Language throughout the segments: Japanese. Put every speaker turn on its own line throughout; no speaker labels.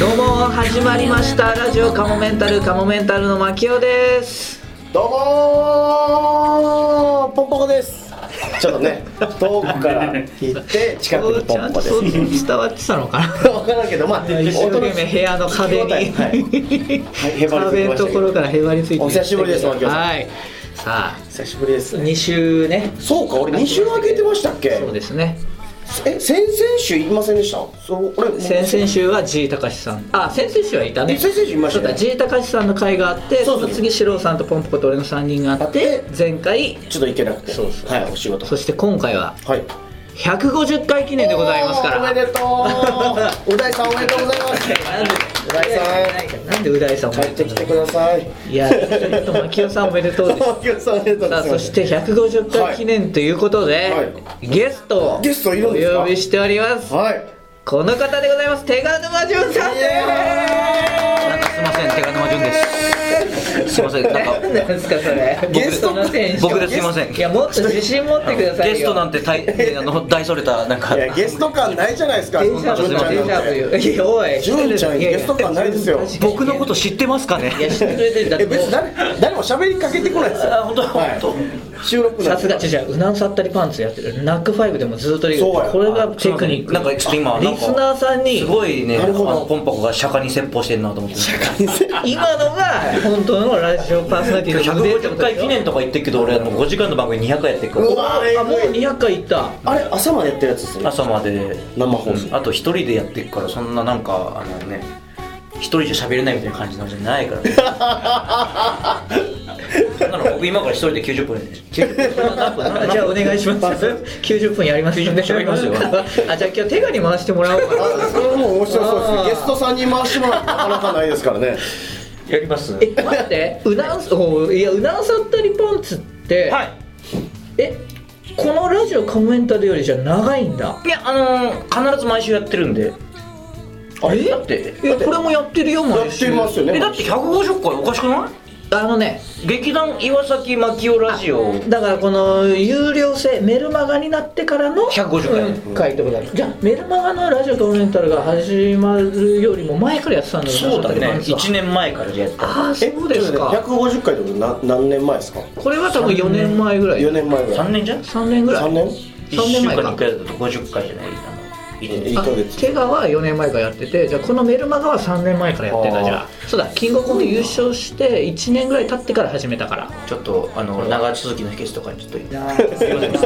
始まりましたラジオカモメンタルカモメンタルの牧雄です
どうもーポンポコですちょっと ね遠くから行って近くに
ち
ポ
ゃ
ン
ん
ポコ
と
で
そ
す
う伝わってたのかな
分からんけどまあ
一生懸命部屋の壁に、
はい、はいへばりついて
壁
ま
の
した
と
けど
ころからへばりついて
お久しぶりです牧雄さん
はいさあ
久しぶりです
2週ね
そうか俺2週空けてましたっけ
そうですね
え先々週いませんでしたそう俺
先々週は G たかしさんあ先々週はいたね
先々週いましたね
そうだ G たかしさんの会があって
そうそう
の次四郎さんとポンポコと俺の3人があって
あって
前回
ちょっと行けなくて
そうそう
はいお仕事
そして今回は
はい
150回記念でございますから
おめで とうう大さんおめでとうございますう大さ
なんでう大さんお
ん帰
め
っ
でと
てき
う
てください
いやちょっと牧雄さんおめでとうです
牧雄さんおめでとう
さあ
ござい
そ
ま
し
す
て150回記念ということで、
は
ゲストを
ゲストいるんですか
お呼びしております
はい
この方でございます手賀沼淳さんです
なんかすいません、手賀沼淳です。すいません、な んか。
なんですかそれ
ゲスト
僕そのテンション
僕ですいません
いやもっと自信持ってくださいよ
ゲストなんて大、 ねあの、大それた、なんか
い。やゲスト感ないじゃないですか
デジャブ
純ちゃん
デジャブよいやおい
純ちゃん
いやいや
ゲスト感ないですよ
僕のこと知ってますか
いや
ね。
知ってくれてるだっ
え
て
別に誰誰も喋りかけてこないですよ
あ、本当、
はい
本
収録な
さ
ん
す
て
が違う違ううなうさったりパンツやってるナックファイブでもずっとリ
そうや
これがテクニック
なんかちょっと今なんか
リスナーさん
当。
に
すごいね、
な
あ
るほど
の、ポンポコが釈迦に説法してんなと思って。
今のが本当のラジオパーソナリテ ィの腕ってこと
150
で
回
しょ
記念とか言ってるけど、俺、もう5時間の番組200回やってるから。
わ
あもう200回いっ た
あれ朝までやってるやつですね
朝まで。
生放送
うんあと一人でやってるから、そんななんか、あのね。一人じゃ喋れないみたいな感じのじゃないから、ね。だから僕今から一人で90分90分何分
あじゃあお願いします90分や りますんで
90分やりますよ
あじゃあ今日手賀に回してもらおうか な
あそれも面白そうです
あ
ね
ー
ゲストさんに回してもらうなかなかないですからね
やります
え待ってうなうおいやうなうさったりパンツって、
はい
えこのラジオコメンタルよりじゃ長いんだ
いやあのー、必ず毎週やってるんであれだって
いやこれもやってるよ
や
毎
って
週
ますよね
えだって150回おかしくな
あのね
い劇団岩崎牧雄ラジオ
だからこの有料制メルマガになってからの
150
うん回ってことだじゃあメルマガのラジオとオレンタルが始まるよりも前からやってたんだよ
そうだね
一
1年前からじゃあやった
ああそうですか
150回ってことな何年前ですか
これは多分4年前ぐらい
4年前ぐら
3
い
年じゃん
3年ぐらい
3年
3
1週
年前
間に
か
1回だと50回じゃないあの一年
1
あ
ヶ月
ケガは4年前からやっててじゃあこのメルマガは3年前からやって
あ
た
ー
じゃあそうだキングオブコント優勝して1年ぐらい経ってから始めたから
ちょっとあの長続きの秘訣とかちょっと言って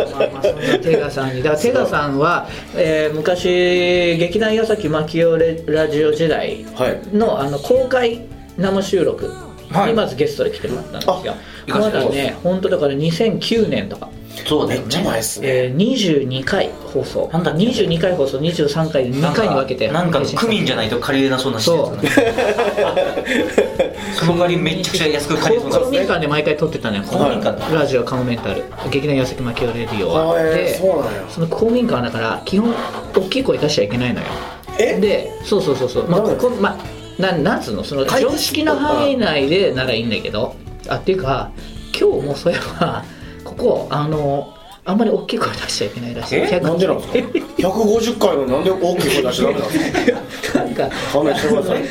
テガさんにだからテガさんは、えー昔劇団岩崎牧雄レラジオ時代
はい
のあの公開生収録
はい
にまずゲストで来てもらったんですよ、
あ
まだね本当だから2009年とか、
そう
め
だよ
っ
ね
ちゃ前っすね
えー22回放送
なんだっけ
22回放送23回で2回に分けて
なんかなんかクミンじゃないと借りれなそうな施設だねその代わりめちゃくちゃ安く借りれそうな
公民館で毎回撮ってたのよ
公民館だ
ラジオカモメンタル劇団岩崎巻きレディオ
あ
は
え
で
ーそうなんや
その公民館はだから基本大きい声出しちゃいけないのよ
え
でそうそうそうそうまあ
なんで
こんまあなんなんつうのその
解決
常識の範囲内でならいいんだけどあっていうか今日もそういえばここあのあんまり大きい声出しちゃいけないらしい
え
100
なんでなんですか150回のなんで大きい声出してダメなんですか
なんか
勘弁してください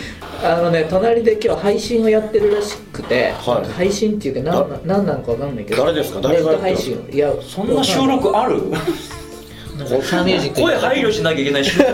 あのね隣で今日配信をやってるらしくて、
はい
配信っていうか何な何なのか分かんないけど
誰ですか誰が
ネッ
や
ト
ってる
配信いや
そんな収録ある
なんかサーミュージック
声配慮しなきゃいけない収 録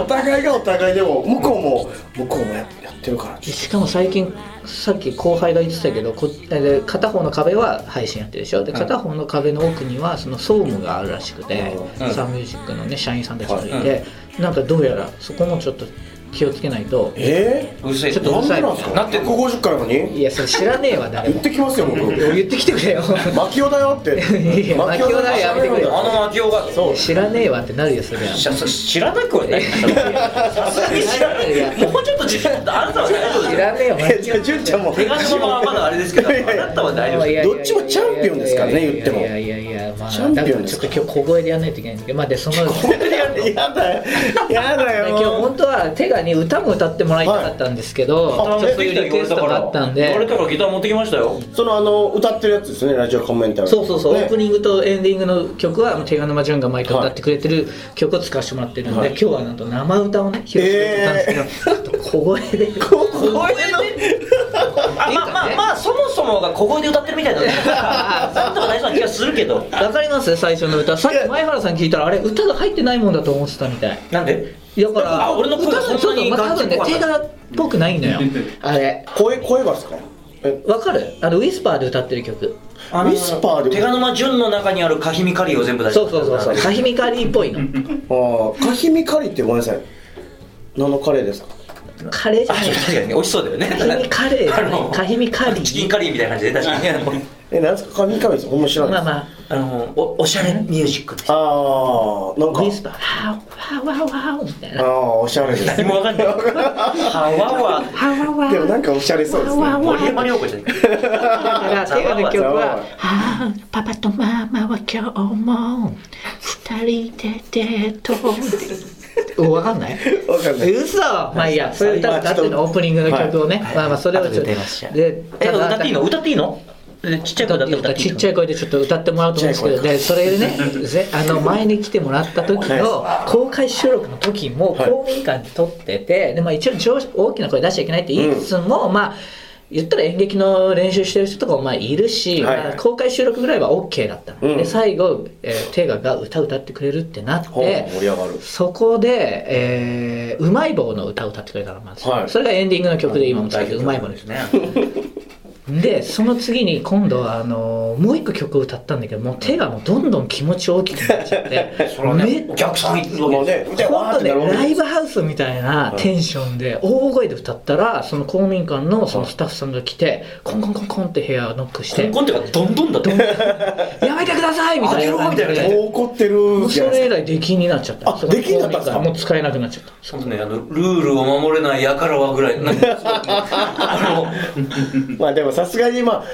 お互いがお互いでも向こうも向こうもややってるから
しかも最近さっき後輩が言ってたけどこで片方の壁は配信やってるでしょで片方の壁の奥にはその総務があるらしくて、
うん
サンミュージックのね社員さんたちがいて、なんかどうやらそこもちょっと気をつけないと
え
うるせえ
ちょっと
ー、なんでなんですか
なって
150回のに
いやそれ知らねえわ誰
言っ
も
てきますよ
言
僕
ってきてくれよ
マキオだよって
いや
マキオ
マキオだよやめてくれよ
あのマキオが
そう
知らねえわってなるよそれは
しゃそ知らなくはないさすがに 知らない
いや
もうちょっと自信あなたは大丈夫
知
です
らねえわ
えじゃあ純ちゃんも
手賀島はまだあれですけどあなたは大丈夫
い
で
やいやいやいや
どっちもチャンピオンですからね言っても
いやいやいやまあ
チャンピオン
だから
です
ちょ
か
っと 今日小声でやんないといけないんですけどまあでその今
やだよやだ
日
よ
本当は手がらに歌も歌ってもらいたかったんですけど、
はい
ちょっとそういうリクエストがあったん
俺
で
だからギター持ってきましたよ
そのあの歌ってるやつですねラジオコメンタリー
そうそうそう、オープ
ン
ニングとエンディングの曲は手賀沼潤が毎回歌ってくれてる曲を使わせてもらってるんで、
はい
今日はなんと生歌をね披露してくれたんですけど、ちょっと小声で
グ声の
あまあまあまあそもそもが小声で歌ってるみたいだねなんとかなりそうな気がするけど
わかります最初の歌さっき前原さん聞いたらあれ歌が入ってないもんだと思ってたみたい
なんで
だから
あ俺の声
歌が
そんなに
ちょっとまあ多分ね
ガチっぽ
手
か
がっぽくないんだよあれ
声声がですかえ
わかるあのウィスパーで歌ってる曲
あの
ウィスパーで
手賀沼潤の中にあるカヒミカリーを全部出して
そうそうそうそうカヒミカリーっぽいの
あーカヒミカリーってごめんなさい何のカレーですか
カレーじ
あ
ゃない
確かにね美味しそうだよね
カヒミカレー
あの
カヒミカリー
チキンカリーみたいな感じで確かにね
えなんですかカヒミカリーですほんま知らない
まあ
です、
まあ
あのおおしゃれミュージックです
あーなん
ウ
か
ィスパーワーワーワーワーみたい
あ
な
あおしゃれ です
何もわかん ないハワワ
ハワワ
でもなんかおしゃれそうですね
ワーワ
森
ーワ
山
ー
良子じゃない
だから手がの曲
ざわ
は
わ
「あーパパとママは今日も二人でデート」おわかんない
わかんない
嘘まあいいやそれ歌歌ってるのオープニングの曲をね、まあまあそれをちょっと
後で出ますじゃあ
で
え
ただ
歌っていいの歌っていいのでちっちゃい声だったら歌っていい
ちっちゃい声でちょっと歌ってもらおうと思うんですけどでそれでねぜあの前に来てもらった時の公開収録の時も
はい
公民館で撮っててで、まあ、一応上大きな声出しちゃいけないって言いつつも、まあ言ったら演劇の練習してる人とかもまあいるし、
はい
まあ公開収録ぐらいは OK だったの、
うん
で最後、えー、テーガが歌歌ってくれるってなっ
ほう
て
盛り上がる
そこで、えーうまい棒の歌を歌ってくれたのなんですよ、
はい
それがエンディングの曲で今も使ってるうまい棒ですねでその次に今度はあのもう一個曲を歌ったんだけどもう手がもうどんどん気持ち大きくなっちゃって
それは
め
ね
っ
お客さんいる
も
わ
う
け
ね歌わ
本
ーっ
当
てな
ね
るわけ
ライブハウスみたいなテンションで大声で歌ったらその公民館のそのスタッフさんが来てコンコンコンコンって部屋をノックし
コ
て
ンコンってかどんどんだって
「やめてください!」みたいな感じ
開けろみた
で
いな
もう怒って
も
る
う
じゃ
そ
ない
れ以
で
来出禁になっちゃった
あ出禁になったんですか
その公民館もう使えなくなっちゃった
そのねあのルールを守れないやからはぐらいなんかあ
すかまあでもさすがにまあ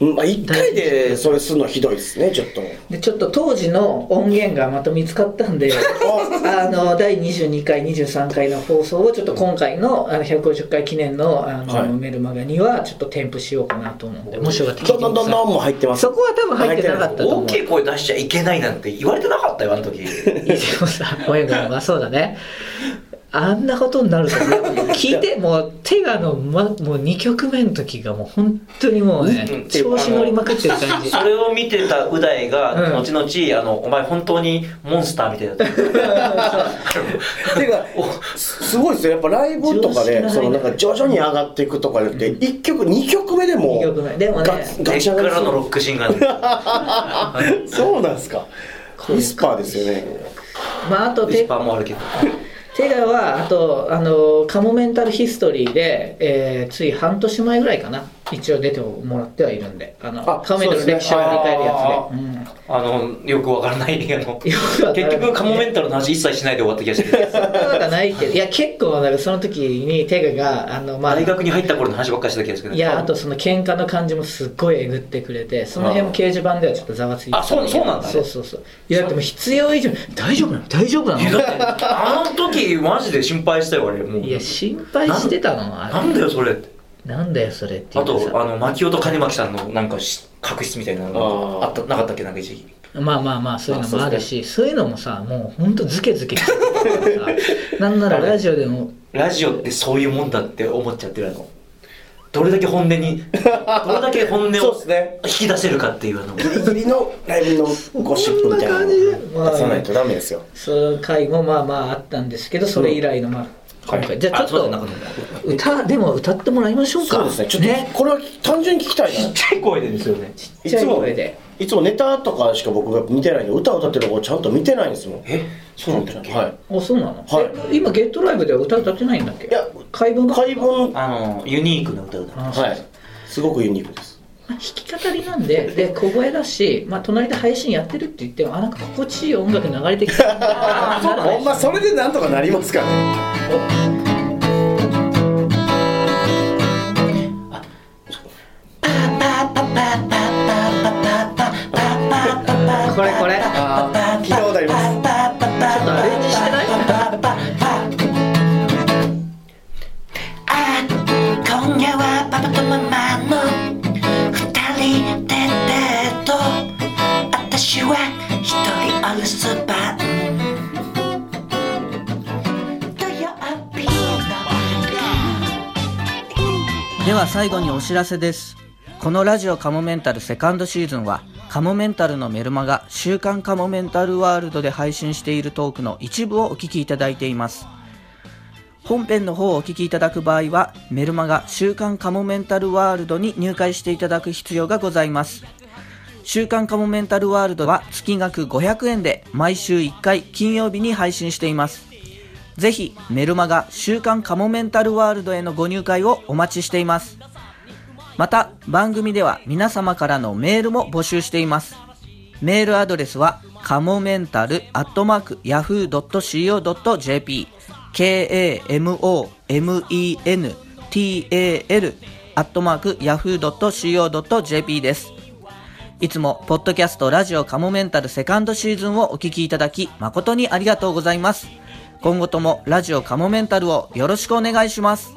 うんまあ一回でそれするのはひどいですねちょっと
でちょっと当時の音源がまた見つかったんであの第22回23回の放送をちょっと今回のあの150回記念のあの、
はい
メルマガにはちょっと添付しようかなと思うんでもしよかったら
どんどんどんどんもう入ってます
そこは多分入ってなかった
の
と思う
大きい声出しちゃいけないなんて言われてなかったよあの時
いやでもさ親がまあそうだねあんなことになるとね聞いてもう手がの、ま、もう2曲目の時がもう本当にもうね
うん
調子乗りまくってる感じ
それを見てたう大が
うん
後々あのお前本当にモンスターみたいだった
てかすごいですよやっぱライブと
常
か
識がな
で
い
そのなんか徐々に上がっていくとか言って1曲2曲目でも
二曲目でもね
ガ
根
ガ
っ
チ上
か
がり
らのロックシンガ ー
そうなんですかウィスパーですよね
まああと
ウィ
手
スパーもあるけど
テガはあとあのカモメンタルヒストリーで、えーつい半年前ぐらいかな一応出てもらってはいるんであの
あ
カモメンタルの歴史を振り返るやつでうん
あのよくわから ないあの
よくわからない
結局カモメンタルの話一切しないで終わった気がしてる
そんなことはないけどいや結構なんかその時にテガがあのまあ
大学に入った頃の話ばっかりしてた気がするけど
いやあとその喧嘩の感じもすっごいえぐってくれてその辺も掲示板ではちょっとざわついて
あそうそうなんだね
そうそうそういやだってもう必要以上に大丈夫なの大丈夫ない
や
の
だってあの時マジで心配したよ俺もう
いや心配してたのあ
なんだよそれって
れなんだよそれってい
あ
うかさ
とあの牧雄と金巻さんのなんかし確執みたいなのが
あー
あったなかったっけなんか一時期
まあまあまあそういうのもあるしそういうのもさもうほんとズケズ ケしてるからさなんならラジオでも
ラジオってそういうもんだって思っちゃってるあのどれだけ本音に どれだけ本音を
そうっすね
引き出せるかっていうあの
ギリギリのライブのゴシップみたい
こ
な
んな感じで
のを出さないとダメですよ
その回もまあまああったんですけどそれ以来のまあ今回じゃあちょっ
あそう
と
だね
歌でも歌ってもらいましょうか
そうですねちょっとこれは単純に聞きたい
ち
な
っちゃい声でですよね
ちっちゃい声で
いつもネタとかしか僕が見てないんで歌を歌ってる方ちゃんと見てないんですもん
えそうなんだっけ、
はい
おそうなの、
は
今ゲットライブでは歌歌ってないんだっけ
いや
解文が
解文
あのユニークな歌だ
あそう
はいすごくユニークです
まあ、弾き語りなんでで小声だし、まあ、隣で配信やってるって言ってもあなんか心地いい音楽流れて きたあーならない
まそれでなんとかなりますからね
これこれ
ああ聞いたことあります
ちょっとアレンジしてない
では最後にお知らせですこのラジオカモメンタルセカンドシーズンはカモメンタルのメルマガ週刊カモメンタルワールドで配信しているトークの一部をお聞きいただいています本編の方をお聞きいただく場合はメルマガ週刊カモメンタルワールドに入会していただく必要がございます週刊カモメンタルワールドは月額500円で毎週1回金曜日に配信していますぜひメルマガ週刊カモメンタルワールドへのご入会をお待ちしていますまた番組では皆様からのメールも募集していますメールアドレスはカモメンタルアットマークヤフー .co.jp k-a-m-o-m-e-n-t-a-l アットマークヤフー .co.jp ですいつも、ポッドキャストラジオカモメンタルセカンドシーズンをお聞きいただき、誠にありがとうございます。今後ともラジオカモメンタルをよろしくお願いします。